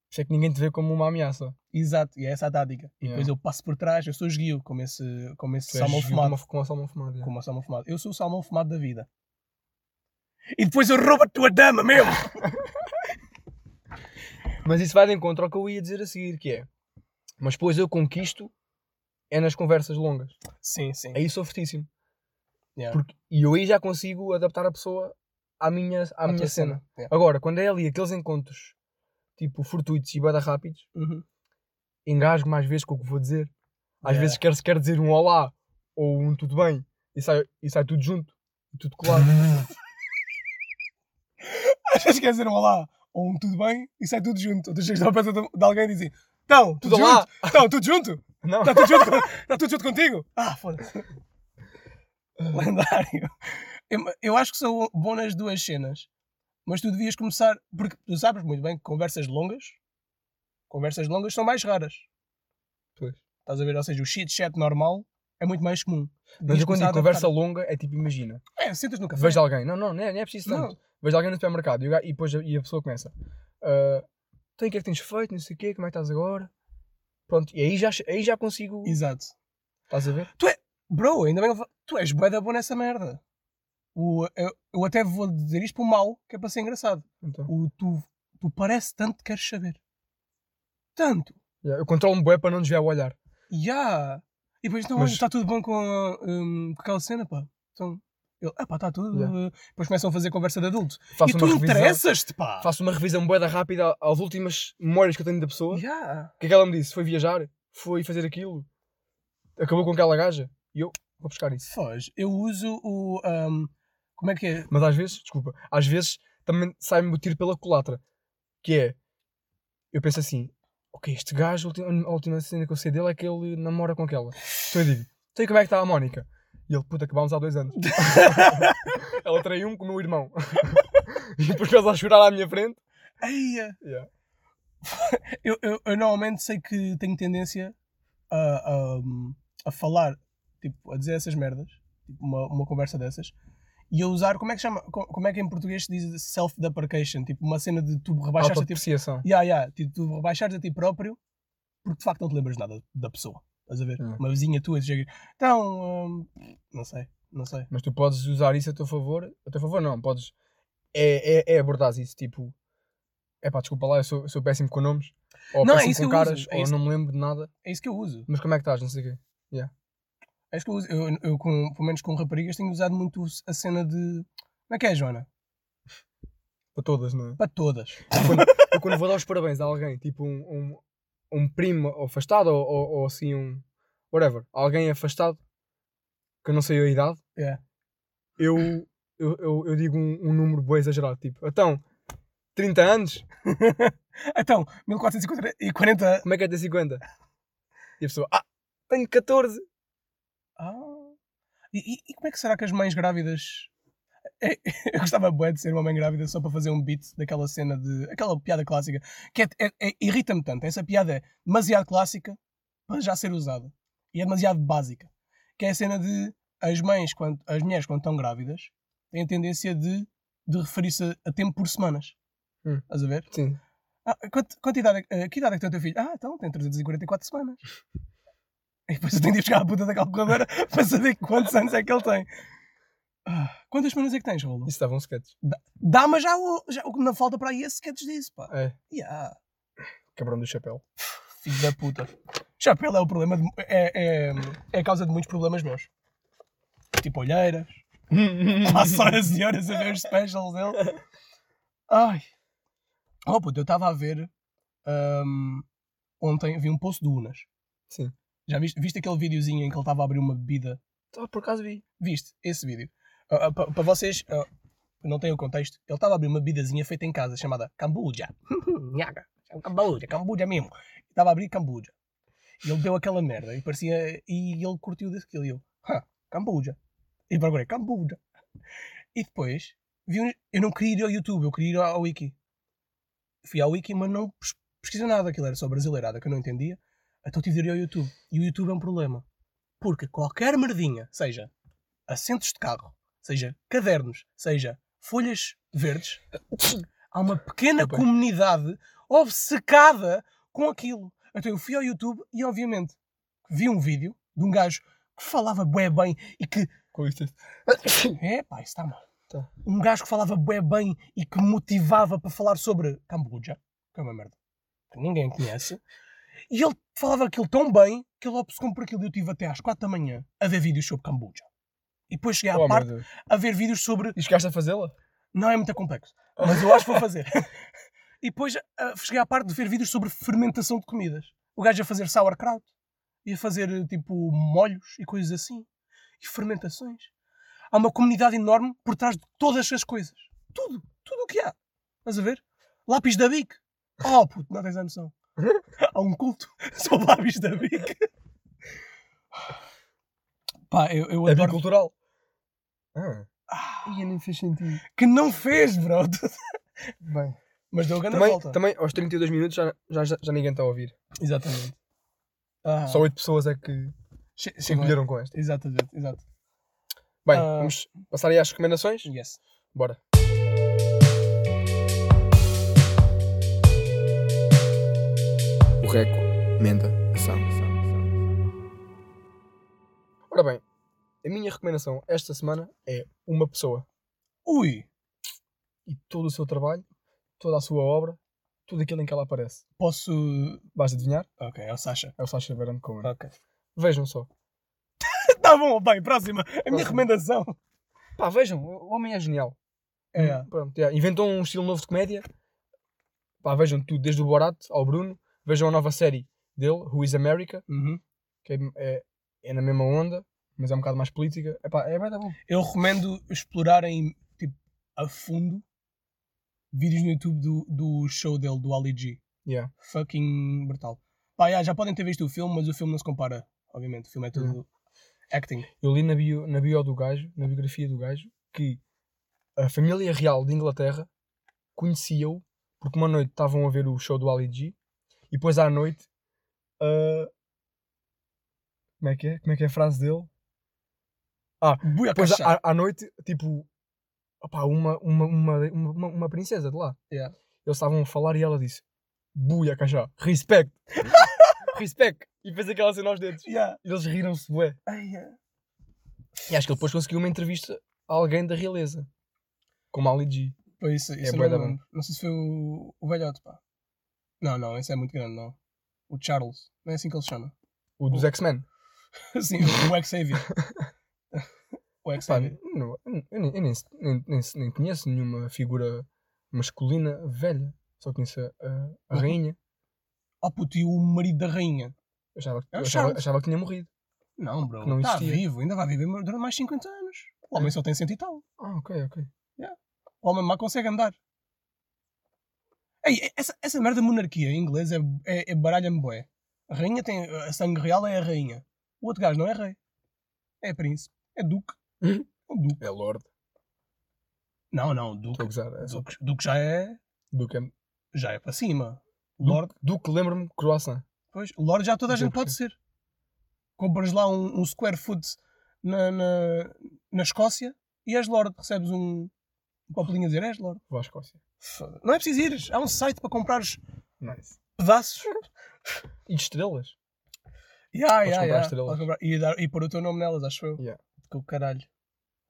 Speaker 2: Isso é que ninguém te vê como uma ameaça.
Speaker 1: Exato, e é essa a tática. E depois
Speaker 2: Yeah.
Speaker 1: eu passo por trás, eu sou esguio, como esse, como esse
Speaker 2: Tu és
Speaker 1: salmão
Speaker 2: visto
Speaker 1: fumado.
Speaker 2: uma- Com a salmão fumado. yeah.
Speaker 1: Como o salmão fumado. Eu sou o salmão fumado da vida. E depois eu roubo a tua dama mesmo!
Speaker 2: Mas isso vai de encontro ao que eu ia dizer a seguir, que é. Mas depois eu conquisto é nas conversas longas.
Speaker 1: Sim, sim.
Speaker 2: Aí sou fortíssimo.
Speaker 1: Yeah.
Speaker 2: Porque, e eu aí já consigo adaptar a pessoa à minha, à
Speaker 1: A
Speaker 2: minha
Speaker 1: tua
Speaker 2: cena.
Speaker 1: Yeah.
Speaker 2: Agora, quando é ali aqueles encontros tipo fortuitos e bada rápidos,
Speaker 1: Uhum.
Speaker 2: engasgo mais vezes com o que vou dizer. Às
Speaker 1: Yeah.
Speaker 2: vezes quero, quero dizer um olá ou um tudo bem e sai, e sai tudo junto, tudo colado.
Speaker 1: Às vezes quer dizer um olá ou um tudo bem e sai tudo junto. Outras vezes dá para de alguém e dizem: Então, tudo,
Speaker 2: Tudo
Speaker 1: junto?
Speaker 2: lá.
Speaker 1: Então, tudo junto?
Speaker 2: Não.
Speaker 1: Está tudo junto, con- tá tudo junto contigo? Ah, foda-se. Lendário. Eu, eu acho que sou bom nas duas cenas. Mas tu devias começar. Porque tu sabes muito bem que conversas longas. Conversas longas são mais raras.
Speaker 2: Pois.
Speaker 1: Estás a ver? Ou seja, o shit chat normal é muito mais comum.
Speaker 2: Mas
Speaker 1: Devias
Speaker 2: eu quando
Speaker 1: começar a
Speaker 2: digo conversa
Speaker 1: adaptar.
Speaker 2: longa, é tipo, imagina,
Speaker 1: É, sentas no café.
Speaker 2: vejo alguém, não, não, não é, não é preciso
Speaker 1: Não.
Speaker 2: tanto. Vejo alguém no supermercado e, o ga- e depois a, e a pessoa começa, ah, então e o que é que tens feito, não sei o quê, como é que estás agora? Pronto, e aí já, aí já consigo,
Speaker 1: Exato.
Speaker 2: estás a ver?
Speaker 1: Bro, ainda bem que eu- tu és bué da boa nessa merda. O, eu, eu até vou dizer isto para o mal, que é para ser engraçado.
Speaker 2: Então,
Speaker 1: O, tu, tu parece tanto que queres saber. Tanto.
Speaker 2: yeah, eu controlo-me bué para não desviar o olhar.
Speaker 1: Ya! E depois, então,
Speaker 2: Mas-
Speaker 1: olha, está tudo bom com, a, hum, com aquela cena, pá. Então, ele, ah pá, está tudo.
Speaker 2: Ya.
Speaker 1: eh." Depois começam a fazer conversa de adulto.
Speaker 2: Faço
Speaker 1: e
Speaker 2: uma
Speaker 1: tu
Speaker 2: revisão,
Speaker 1: interessas-te, pá!
Speaker 2: faço uma revisão bué da rápida às últimas memórias que eu tenho da pessoa.
Speaker 1: Ya!
Speaker 2: O que é que ela me disse? Foi viajar? Foi fazer aquilo? Acabou com aquela gaja? E eu vou buscar isso.
Speaker 1: Foge. Eu uso o. hum, como é que é?
Speaker 2: Mas às vezes, desculpa, às vezes também sai-me o tiro pela culatra. Que é, eu penso assim, ok, este gajo, a ulti- a última cena que eu sei dele é que ele namora com aquela. Então eu digo, então e como é que está a Mónica? E ele, puta, acabámos há dois anos. Ela traiu-me com o meu irmão. e depois eles a chorar à minha frente.
Speaker 1: Eia!
Speaker 2: Yeah.
Speaker 1: Eu, eu, eu normalmente sei que tenho tendência a, a, hum, a falar, tipo, a dizer essas merdas, tipo, uma, uma conversa dessas, e a usar, como é que chama, co- como é que em português se diz self-deprecation, tipo, uma cena de tu rebaixaste a ti
Speaker 2: Autodepreciação.
Speaker 1: Ya, ya, tipo, tu rebaixares a ti próprio porque de facto não te lembras nada da pessoa. Estás a ver?
Speaker 2: Hum.
Speaker 1: Uma vizinha tua, tu chegas. Então, hum, não sei, não sei.
Speaker 2: Mas tu podes usar isso a teu favor. A teu favor, não. Podes. É, é, é abordar isso. Tipo. É pá, desculpa lá, eu sou, eu sou péssimo com nomes. Ou
Speaker 1: Não, é
Speaker 2: péssimo
Speaker 1: isso
Speaker 2: com
Speaker 1: que eu
Speaker 2: caras.
Speaker 1: uso, é
Speaker 2: ou
Speaker 1: isso.
Speaker 2: não me lembro de nada.
Speaker 1: É isso que eu uso.
Speaker 2: Mas como é que estás? Não sei o quê.
Speaker 1: É isso que eu uso. Eu, eu com, pelo menos com raparigas, tenho usado muito a cena de. Como é que é, Joana?
Speaker 2: Para todas, não é?
Speaker 1: Para todas.
Speaker 2: quando, eu quando vou dar os parabéns a alguém, tipo um, um, um primo afastado ou, ou, ou assim um. Whatever. Alguém afastado. Que eu não sei a idade.
Speaker 1: É.
Speaker 2: Eu, eu, eu, eu digo um, um número bem exagerado. Tipo, então. 30 anos?
Speaker 1: Então, 1440.
Speaker 2: Como é que é ter 50? E a pessoa, ah, tenho 14.
Speaker 1: Ah. E, e- e como é que será que as mães grávidas. É, Eu gostava bué de ser uma mãe grávida só para fazer um beat daquela cena de. aquela piada clássica. Que é, é- é- irrita-me tanto. Essa piada é demasiado clássica para já ser usada. E é demasiado básica. Que é a cena de. as mães, quando, as mulheres, quando estão grávidas, têm a tendência de, de referir-se a- a tempo por semanas.
Speaker 2: Hum.
Speaker 1: Estás a ver?
Speaker 2: Sim.
Speaker 1: Ah, quant- quantidade, eh, que idade é que tem o teu filho? Ah, então tem 344 semanas. E depois eu tenho de ir buscar a puta da calculadora para saber quantos anos é que ele tem. Ah, quantas semanas é que tens, Rolo?
Speaker 2: Isso dava um sketch.
Speaker 1: Dá-me já o, já o que não falta para aí é sequer disso, pá.
Speaker 2: É,
Speaker 1: Yeah.
Speaker 2: cabrão do chapéu.
Speaker 1: Filho da puta. Chapéu é o problema, de- é, é, é a causa de muitos problemas meus. Tipo olheiras, passo horas e horas a ver os specials dele. Ai. Oh, puto, eu estava a ver. hum, ontem vi um post do Unas.
Speaker 2: Sim.
Speaker 1: Já viste, viste aquele videozinho em que ele estava a abrir uma bebida?
Speaker 2: Ah, por acaso vi.
Speaker 1: Viste esse vídeo? Para vocês ah, que não têm o contexto, ele estava a abrir uma bebidazinha feita em casa chamada Cambuja. Nhaga. Chama Cambuja, Cambuja mesmo. Estava a abrir Cambuja. E ele deu aquela merda e parecia. E ele curtiu daquilo. E eu, ah, Cambuja. E procurei Cambuja. E depois, vi um- eu não queria ir ao YouTube, eu queria ir ao Wiki. Fui ao Wiki, mas não pes- pesquisei nada. Aquilo era só brasileirada que eu não entendia. Então tive de ir ao YouTube. E o YouTube é um problema. Porque qualquer merdinha, seja assentos de carro, seja cadernos, seja folhas verdes, há uma pequena
Speaker 2: Desculpa.
Speaker 1: comunidade obcecada com aquilo. Então eu fui ao YouTube e, obviamente, vi um vídeo de um gajo que falava bué bem e que
Speaker 2: Com licença.
Speaker 1: é, pá, isso está mal.
Speaker 2: Tá.
Speaker 1: Um gajo que falava bué bem e que motivava para falar sobre Camboja, que é uma merda que ninguém conhece, e ele falava aquilo tão bem que ele obcecou por aquilo e eu estive até às 4 da manhã a ver vídeos sobre Camboja. E depois cheguei à
Speaker 2: Oh, meu
Speaker 1: parte
Speaker 2: Deus.
Speaker 1: É, a ver vídeos sobre.
Speaker 2: E chegaste a fazê-la?
Speaker 1: Não é muito complexo, mas eu acho que vou fazer. e depois ah, cheguei à parte de ver vídeos sobre fermentação de comidas. O gajo a fazer sauerkraut e a fazer tipo molhos e coisas assim. E fermentações. Há uma comunidade enorme por trás de todas as coisas. Tudo, tudo o que há. Estás a ver? Lápis da Bic. Oh puto, não tens a noção. Há um culto sobre lápis da Bic. Pá, eu, eu
Speaker 2: É
Speaker 1: adoro.
Speaker 2: bicultural. Ah.
Speaker 1: Ah,
Speaker 2: Ia nem fez sentido.
Speaker 1: que não fez, bro.
Speaker 2: Bem.
Speaker 1: Mas deu grande
Speaker 2: Também,
Speaker 1: volta.
Speaker 2: também aos 32 minutos já, já, já, já ninguém está a ouvir.
Speaker 1: Exatamente. Ah,
Speaker 2: Só 8 pessoas é que
Speaker 1: che-
Speaker 2: se
Speaker 1: chegam a-
Speaker 2: encolheram com esta.
Speaker 1: Exatamente, exato.
Speaker 2: Bem,
Speaker 1: Ah.
Speaker 2: vamos passar aí às recomendações?
Speaker 1: Yes.
Speaker 2: Bora. O Reco Menda Ação. Ora bem, a minha recomendação esta semana é uma pessoa
Speaker 1: Ui,
Speaker 2: e todo o seu trabalho, toda a sua obra, tudo aquilo em que ela aparece.
Speaker 1: posso.
Speaker 2: Vais adivinhar?
Speaker 1: Ok, é o Sasha.
Speaker 2: É o Sacha Baron Cohen.
Speaker 1: Ok.
Speaker 2: Vejam só.
Speaker 1: Tá bom, bem, próxima. A minha
Speaker 2: Próxima.
Speaker 1: recomendação.
Speaker 2: Pá, vejam, o homem é genial.
Speaker 1: É.
Speaker 2: Pronto, yeah, Inventou um estilo novo de comédia. Pá, vejam tudo, desde o Borat ao Bruno. Vejam a nova série dele, Who is America,
Speaker 1: Uhum.
Speaker 2: que é, é, é na mesma onda, mas é um bocado mais política. Epá, é bem da bom.
Speaker 1: Eu recomendo explorarem tipo, a fundo vídeos no YouTube do, do show dele, do Ali G.
Speaker 2: Yeah.
Speaker 1: Fucking brutal. Pá, yeah, já podem ter visto o filme, mas o filme não se compara. Obviamente, o filme é tudo acting.
Speaker 2: Eu li na bio, na bio do gajo, na biografia do gajo, que a família real de Inglaterra conhecia-o porque uma noite estavam a ver o show do Ali G e depois à noite. ah, como é que é? Como é que é a frase dele? Ah,
Speaker 1: Buia
Speaker 2: Depois
Speaker 1: cachá.
Speaker 2: à, à noite, tipo, opá, uma, uma, uma, uma, uma- uma princesa de lá.
Speaker 1: Yeah.
Speaker 2: Eles estavam a falar e ela disse: Buia, cachá, respect, respect. E fez aquela cena aos dedos.
Speaker 1: Yeah.
Speaker 2: E Eles riram-se, bué.
Speaker 1: Ai, yeah.
Speaker 2: E acho que ele depois conseguiu uma entrevista a alguém da realeza, como Ali G.
Speaker 1: Pô, isso, isso não, me
Speaker 2: É bué da
Speaker 1: lembro. não sei se foi o, o velhote, pá. Não, não, esse é muito grande, não. O Charles. Não é assim que ele se chama.
Speaker 2: O dos X-Men.
Speaker 1: Sim, o Xavier. o
Speaker 2: Pá,
Speaker 1: Xavier.
Speaker 2: não- eu nem, eu nem, nem, nem, nem conheço nenhuma figura masculina velha. Só conheço a, a
Speaker 1: Uhum.
Speaker 2: rainha.
Speaker 1: Oh puto, e o marido da rainha?
Speaker 2: Eu achava,
Speaker 1: É o
Speaker 2: eu achava,
Speaker 1: Charles.
Speaker 2: achava que tinha morrido.
Speaker 1: Não, bro.
Speaker 2: Que não
Speaker 1: está
Speaker 2: existia. É.
Speaker 1: vivo, ainda vai viver durante mais 50 anos. O homem só tem cento e tal.
Speaker 2: Ah, ok, ok.
Speaker 1: O homem mal consegue andar. Ei, essa, essa merda de monarquia em inglês é, é, é baralha-me bué. A rainha tem. A sangue real é a rainha. O outro gajo não é rei. É príncipe. É duque.
Speaker 2: Uhum.
Speaker 1: É um duque.
Speaker 2: É Lorde.
Speaker 1: Não, não,
Speaker 2: Estou a
Speaker 1: duque.
Speaker 2: gozar. é só-
Speaker 1: Duque, duque já é.
Speaker 2: Duque é-
Speaker 1: Já é para cima. Lorde,
Speaker 2: Duque, Duque lembra-me croissant.
Speaker 1: pois. Lorde já toda a
Speaker 2: Não sei
Speaker 1: gente pode
Speaker 2: porquê.
Speaker 1: ser. Compras lá um, um square foot na, na, na Escócia e és Lorde. Recebes um. Um papelinho a dizer és Lorde.
Speaker 2: Vou à Escócia.
Speaker 1: Foda. Não é preciso ires. Há um site para comprares
Speaker 2: Nice.
Speaker 1: pedaços.
Speaker 2: E de estrelas.
Speaker 1: Yeah, yeah,
Speaker 2: Podes comprar
Speaker 1: yeah.
Speaker 2: estrelas.
Speaker 1: Podes comprar- E, dar, e pôr o teu nome nelas, acho eu.
Speaker 2: Yeah.
Speaker 1: Que o caralho.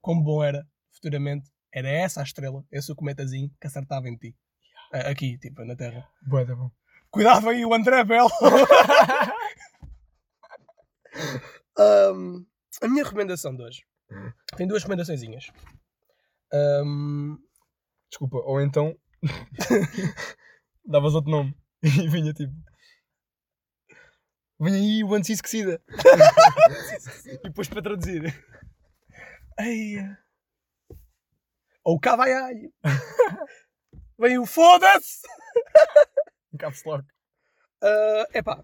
Speaker 1: Como bom era, futuramente, era essa a estrela, esse o cometazinho que acertava em ti. A- Aqui, tipo, na Terra.
Speaker 2: Boa, tá bom.
Speaker 1: Cuidado aí, o André Belo! Um, a minha recomendação de hoje tem duas recomendaçõezinhas. Um,
Speaker 2: Desculpa, ou então davas outro nome e vinha tipo. Vinha aí o antes esquecida. e depois para traduzir.
Speaker 1: Eia. Ou cá vai aí. Vem o foda-se!
Speaker 2: Em caps lock.
Speaker 1: Ah, epá,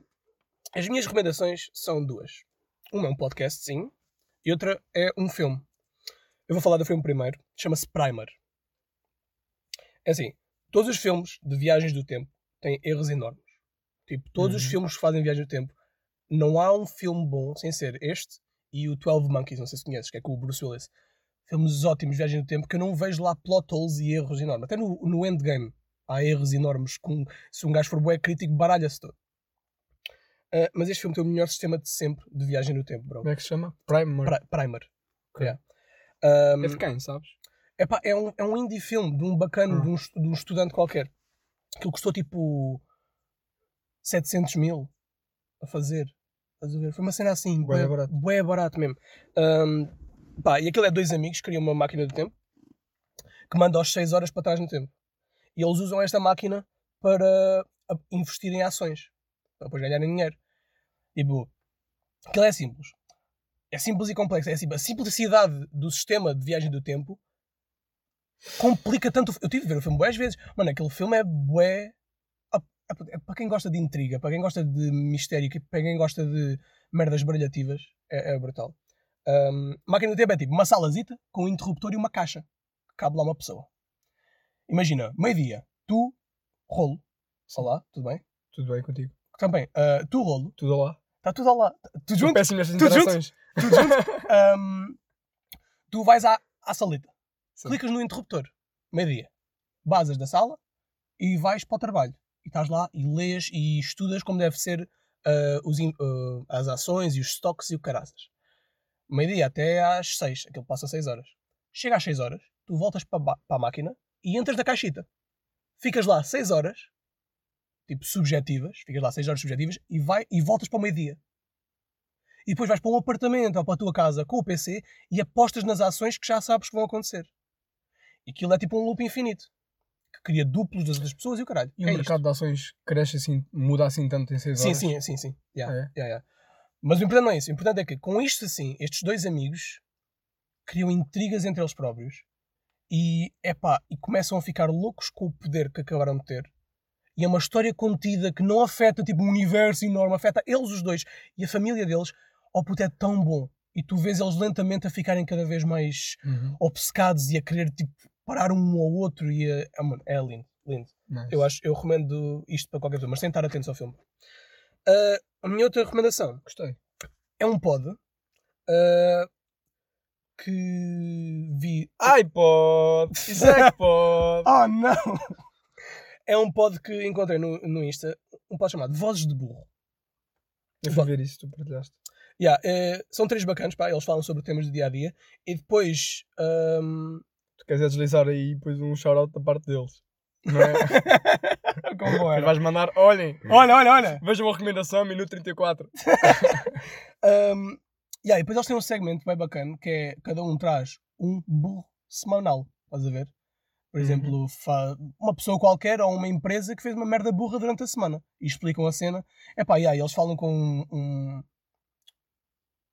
Speaker 1: as minhas recomendações são duas. Uma é um podcast, sim, e outra é um filme. Eu vou falar do filme primeiro, chama-se Primer. É assim, todos os filmes de viagens do tempo têm erros enormes. Tipo, todos os
Speaker 2: Uhum.
Speaker 1: filmes que fazem viagem do tempo, não há um filme bom sem ser este e o 12 Monkeys, não sei se conheces, que é com o Bruce Willis. Filmes ótimos de viagem do tempo que eu não vejo lá plot holes e erros enormes. Até no, no Endgame há erros enormes. Com, se um gajo for bué crítico, baralha-se todo. Ah, mas este filme tem o melhor sistema de sempre de viagem no tempo, bro.
Speaker 2: Como é que se chama? Primer.
Speaker 1: Pri- Primer.
Speaker 2: Ok.
Speaker 1: Yeah. Um,
Speaker 2: É de quem, sabes?
Speaker 1: epá, é, um, é um indie filme de um bacano,
Speaker 2: Ah.
Speaker 1: de, um, estu- de um estudante qualquer. Que custou tipo 700 mil a fazer. Estás a ver? Foi uma cena assim,
Speaker 2: Bué
Speaker 1: bué,
Speaker 2: barato.
Speaker 1: bué barato mesmo. Um, pá, e aquilo é dois amigos que criam uma máquina do tempo que manda aos 6 horas para trás no tempo. E eles usam esta máquina para a- investir em ações, para depois ganharem dinheiro. Tipo, aquilo é simples. É simples e complexo. É tipo, a simplicidade do sistema de viagem do tempo complica tanto. o fi- Eu tive de ver o filme boas vezes. Mano, aquele filme é bué. Ah, é Para quem gosta de intriga, para quem gosta de mistério, que- para quem gosta de merdas brilhativas, É, é brutal. Ahm, máquina do tempo é tipo uma salazita com um interruptor e uma caixa. Cabe lá uma pessoa. Imagina, meio-dia, tu, rolo. Olá, tudo bem?
Speaker 2: Tudo bem contigo?
Speaker 1: Também, ah, tu, rolo.
Speaker 2: Tudo lá?
Speaker 1: Está tudo ao lado. Tudo
Speaker 2: Sou
Speaker 1: junto.
Speaker 2: Péssimo nestas
Speaker 1: Tudo junto?
Speaker 2: interações.
Speaker 1: tudo junto. Ahm, tu vais à, à saleta,
Speaker 2: Sim.
Speaker 1: clicas no interruptor, meio-dia, basas da sala e vais para o trabalho. E estás lá e lês e estudas como deve ser ah, os in- ah, as ações e os stocks e o caraças. Meio-dia até às seis, aquilo passa seis horas. Chega às seis horas, tu voltas para, ba- para a máquina e entras na caixita. Ficas lá seis horas, tipo subjetivas, ficas lá seis horas subjetivas e, vai, e voltas para o meio-dia e depois vais para um apartamento ou para a tua casa com o PC e apostas nas ações que já sabes que vão acontecer. E aquilo é tipo um loop infinito que cria duplos das outras pessoas e o caralho.
Speaker 2: E
Speaker 1: é
Speaker 2: o mercado de ações cresce assim, muda assim tanto em
Speaker 1: isto.
Speaker 2: 6
Speaker 1: Sim,
Speaker 2: horas?
Speaker 1: sim, sim, sim. Yeah,
Speaker 2: Ah, é?
Speaker 1: yeah, yeah. Mas o importante não é isso. O importante é que com isto assim, estes dois amigos criam intrigas entre eles próprios e, epá, e começam a ficar loucos com o poder que acabaram de ter. E é uma história contida que não afeta tipo um universo enorme, afeta eles os dois e a família deles. Oh puto, é tão bom. E tu vês eles lentamente a ficarem cada vez mais
Speaker 2: Uhum.
Speaker 1: obcecados e a querer tipo parar um ao outro e a... é, mano, é lindo, lindo.
Speaker 2: Nice.
Speaker 1: Eu acho, eu recomendo isto para qualquer pessoa, mas sem estar atentos ao filme. Ah, a minha outra recomendação
Speaker 2: Gostei.
Speaker 1: é um pod ah, que vi.
Speaker 2: iPod! Isaac Pod!
Speaker 1: Oh não! É um pod que encontrei no, no Insta, um pod chamado Vozes de Burro.
Speaker 2: Eu fui ver isso, tu partilhaste.
Speaker 1: Yeah, eh, são três bacanas, pá, eles falam sobre temas do dia a dia e depois. ah, ahm,
Speaker 2: Tu queres é deslizar aí depois um shout-out da parte deles. Não é? Depois vais mandar, olhem,
Speaker 1: Olha, olha, olha!
Speaker 2: vejam a recomendação, minuto 34.
Speaker 1: Ahm, yeah, e depois eles têm um segmento bem bacana que é cada um traz um burro semanal, estás a ver? Por
Speaker 2: Uhum.
Speaker 1: exemplo, fa- uma pessoa qualquer ou uma empresa que fez uma merda burra durante a semana e explicam a cena. Epá, yeah, e eles falam com um- um-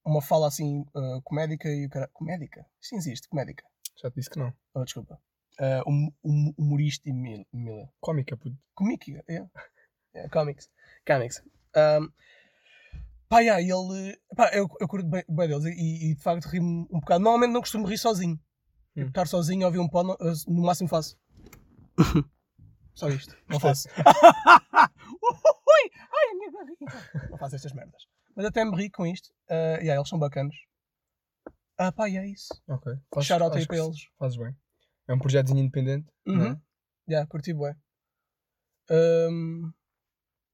Speaker 1: uma fala assim ah, comédica e o cara. Comédica? Isto existe, comédica.
Speaker 2: Já te disse que não.
Speaker 1: Oh, desculpa. Ah, hum- hum- humorista e mil, mil,
Speaker 2: Cómica, é puto.
Speaker 1: Comic, yeah. yeah comics. Comics. Um, pá, yeah, ele. Pá, eu, eu curto bem, bem deles e, e, de facto ri-me um bocado. Normalmente não costumo rir sozinho. Tipo,
Speaker 2: Hum.
Speaker 1: Estar sozinho a ouvir um pó, no, eu, no máximo faço. Só isto. Não faço. Ui, Ai, a minha barriga. Não faço estas merdas. Mas até me ri com isto. Uh, yeah, eles são bacanos. Ah, pá, e é isso.
Speaker 2: Ok. Fazes-
Speaker 1: Shout out aí
Speaker 2: acho
Speaker 1: para
Speaker 2: que
Speaker 1: eles.
Speaker 2: Fazes bem. É um projetozinho independente. não é?
Speaker 1: Uhum. Yeah, curti bué. Um,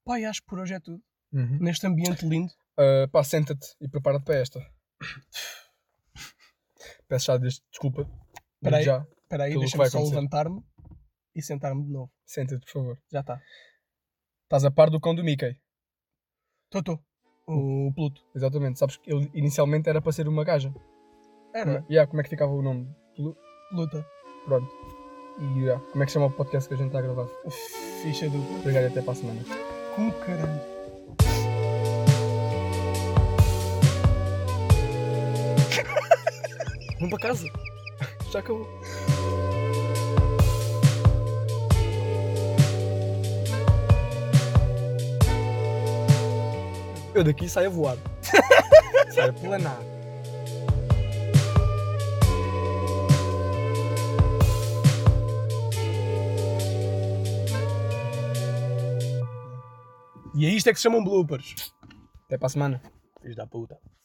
Speaker 1: pá, e acho que por hoje é tudo.
Speaker 2: Uhum.
Speaker 1: neste ambiente lindo.
Speaker 2: Ah, pá, senta-te e prepara-te para esta. Peço já desde desculpa.
Speaker 1: Peraí.
Speaker 2: Digo Já.
Speaker 1: Espera aí,
Speaker 2: Pelo que
Speaker 1: deixa-me
Speaker 2: vai
Speaker 1: só
Speaker 2: acontecer.
Speaker 1: levantar-me e sentar-me de novo.
Speaker 2: Senta-te, por favor.
Speaker 1: Já está.
Speaker 2: Estás a par do cão do Mickey.
Speaker 1: Estou, estou.
Speaker 2: Uhum.
Speaker 1: O Pluto.
Speaker 2: Exatamente. Sabes que ele inicialmente era para ser uma gaja.
Speaker 1: Era.
Speaker 2: Yeah, como é que ficava o nome? Plu-
Speaker 1: Pluta.
Speaker 2: Pronto. E yeah, como é que chama o podcast que a gente está a gravar?
Speaker 1: Ficha dupla.
Speaker 2: Obrigado e até para a semana.
Speaker 1: Como caralho. Vamos para casa.
Speaker 2: Já acabou. Eu daqui saio a voar. saio a planar.
Speaker 1: E é isto é que se chamam bloopers.
Speaker 2: Até para a semana.
Speaker 1: Filhos da puta.